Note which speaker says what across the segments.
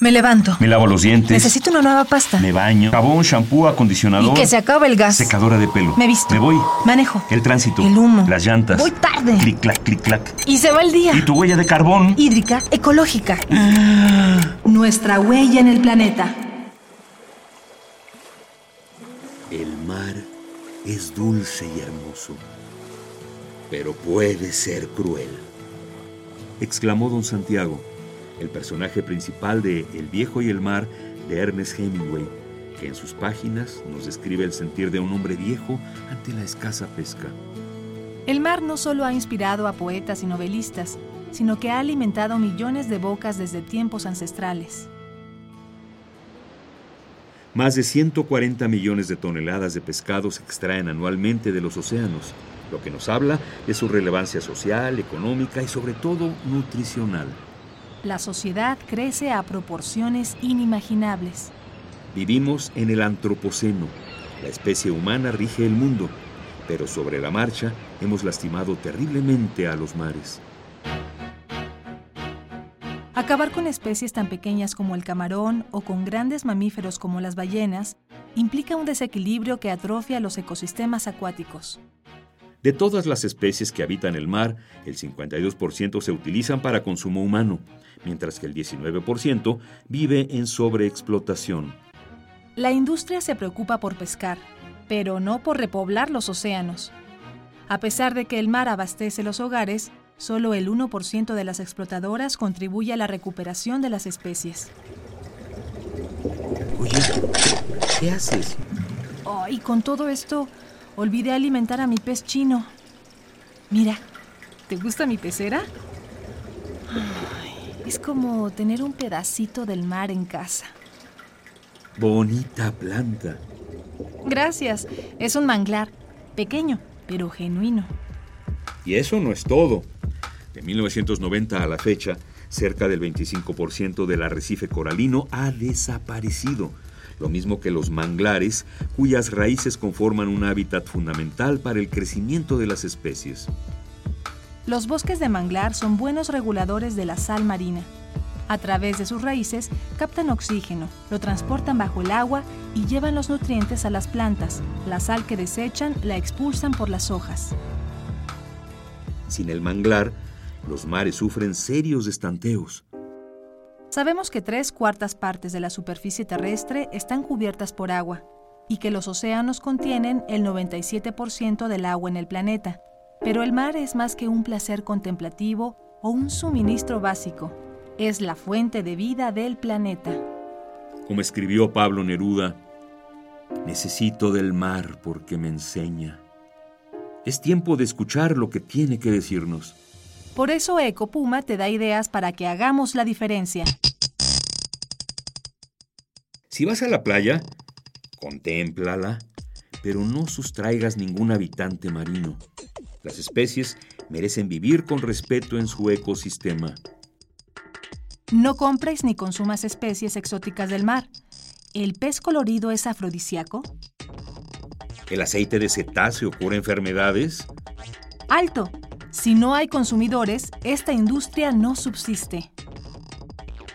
Speaker 1: Me levanto.
Speaker 2: Me lavo los dientes.
Speaker 1: Necesito una nueva pasta.
Speaker 2: Me baño. Jabón, shampoo, acondicionador.
Speaker 1: Y que se acabe el gas.
Speaker 2: Secadora de pelo.
Speaker 1: Me visto.
Speaker 2: Me voy.
Speaker 1: Manejo.
Speaker 2: El tránsito.
Speaker 1: El humo.
Speaker 2: Las llantas.
Speaker 1: Voy tarde.
Speaker 2: Clic, clac, clic, clac.
Speaker 1: Y se va el día.
Speaker 2: Y tu huella de carbón.
Speaker 1: Hídrica, ecológica.
Speaker 3: Nuestra huella en el planeta.
Speaker 4: El mar es dulce y hermoso, pero puede ser cruel, exclamó don Santiago, el personaje principal de El viejo y el mar de Ernest Hemingway, que en sus páginas nos describe el sentir de un hombre viejo ante la escasa pesca.
Speaker 3: El mar no solo ha inspirado a poetas y novelistas, sino que ha alimentado millones de bocas desde tiempos ancestrales.
Speaker 4: Más de 140 millones de toneladas de pescado se extraen anualmente de los océanos, lo que nos habla de su relevancia social, económica y sobre todo nutricional.
Speaker 3: La sociedad crece a proporciones inimaginables.
Speaker 4: Vivimos en el Antropoceno. La especie humana rige el mundo, pero sobre la marcha hemos lastimado terriblemente a los mares.
Speaker 3: Acabar con especies tan pequeñas como el camarón o con grandes mamíferos como las ballenas implica un desequilibrio que atrofia los ecosistemas acuáticos.
Speaker 4: De todas las especies que habitan el mar, el 52% se utilizan para consumo humano, mientras que el 19% vive en sobreexplotación.
Speaker 3: La industria se preocupa por pescar, pero no por repoblar los océanos. A pesar de que el mar abastece los hogares, Solo el 1% de las explotadoras contribuye a la recuperación de las especies.
Speaker 4: Oye, ¿qué haces?
Speaker 3: Oh, y con todo esto, olvidé alimentar a mi pez chino. Mira, ¿te gusta mi pecera? Ay, es como tener un pedacito del mar en casa.
Speaker 4: Bonita planta.
Speaker 3: Gracias, es un manglar, pequeño, pero genuino.
Speaker 4: Y eso no es todo. De 1990 a la fecha, cerca del 25% del arrecife coralino ha desaparecido, lo mismo que los manglares, cuyas raíces conforman un hábitat fundamental para el crecimiento de las especies.
Speaker 3: Los bosques de manglar son buenos reguladores de la sal marina. A través de sus raíces captan oxígeno, lo transportan bajo el agua y llevan los nutrientes a las plantas. La sal que desechan la expulsan por las hojas.
Speaker 4: Sin el manglar, los mares sufren serios estanteos.
Speaker 3: Sabemos que tres cuartas partes de la superficie terrestre están cubiertas por agua y que los océanos contienen el 97% del agua en el planeta. Pero el mar es más que un placer contemplativo o un suministro básico. Es la fuente de vida del planeta.
Speaker 4: Como escribió Pablo Neruda, necesito del mar porque me enseña. Es tiempo de escuchar lo que tiene que decirnos.
Speaker 3: Por eso Ecopuma te da ideas para que hagamos la diferencia.
Speaker 4: Si vas a la playa, contémplala, pero no sustraigas ningún habitante marino. Las especies merecen vivir con respeto en su ecosistema.
Speaker 3: No compres ni consumas especies exóticas del mar. ¿El pez colorido es afrodisíaco?
Speaker 4: ¿El aceite de cetáceo cura enfermedades?
Speaker 3: ¡Alto! Si no hay consumidores, esta industria no subsiste.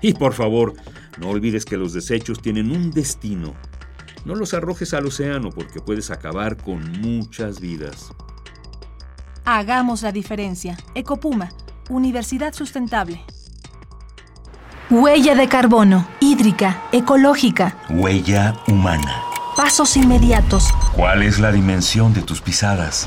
Speaker 4: Y por favor, no olvides que los desechos tienen un destino. No los arrojes al océano porque puedes acabar con muchas vidas.
Speaker 3: Hagamos la diferencia. Ecopuma, Universidad Sustentable.
Speaker 1: Huella de carbono, hídrica, ecológica.
Speaker 2: Huella humana.
Speaker 1: Pasos inmediatos,
Speaker 2: ¿Cuál es la dimensión de tus pisadas?